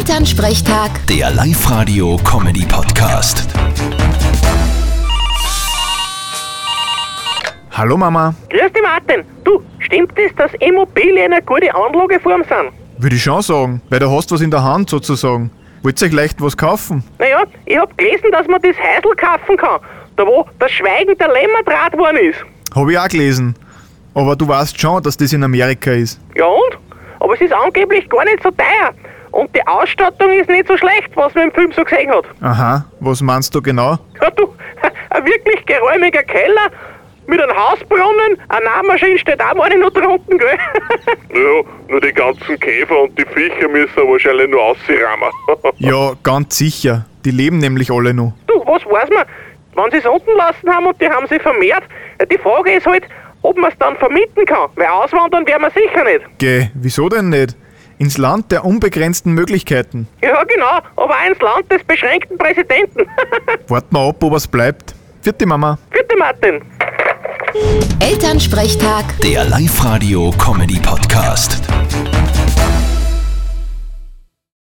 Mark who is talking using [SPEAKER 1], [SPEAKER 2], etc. [SPEAKER 1] Elternsprechtag,
[SPEAKER 2] Der Live-Radio-Comedy-Podcast.
[SPEAKER 3] Hallo Mama,
[SPEAKER 4] Grüß dich, Martin. Du, stimmt es, dass Immobilien eine gute Anlageform sind?
[SPEAKER 3] würde ich schon sagen, weil du hast was in der Hand sozusagen. Wollt ihr euch leicht was kaufen?
[SPEAKER 4] Naja, ich hab gelesen, dass man das Häusl kaufen kann, da wo das Schweigen der Lämmer draht worden ist.
[SPEAKER 3] Hab ich auch gelesen. Aber du weißt schon, dass das in Amerika ist.
[SPEAKER 4] Ja und? Aber es ist angeblich gar nicht so teuer. Und die Ausstattung ist nicht so schlecht, was man im Film so gesehen hat.
[SPEAKER 3] Aha, was meinst du genau?
[SPEAKER 4] Ja du, ein wirklich geräumiger Keller mit einem Hausbrunnen, eine Nahmaschine steht auch mal noch drunten, gell?
[SPEAKER 5] Naja, nur die ganzen Käfer und die Viecher müssen wahrscheinlich nur aussiramen.
[SPEAKER 3] Ja, ganz sicher. Die leben nämlich alle noch.
[SPEAKER 4] Du, was weiß man? Wenn sie es unten lassen haben und die haben sie vermehrt, die Frage ist halt, ob man es dann vermieten kann, weil auswandern werden wir sicher nicht.
[SPEAKER 3] Geh, wieso denn nicht? Ins Land der unbegrenzten Möglichkeiten.
[SPEAKER 4] Ja, genau, aber auch ins Land des beschränkten Präsidenten.
[SPEAKER 3] Warten wir ab, ob was bleibt. Vierte Mama.
[SPEAKER 4] Bitte, Martin.
[SPEAKER 1] Elternsprechtag.
[SPEAKER 2] Der Live-Radio-Comedy-Podcast.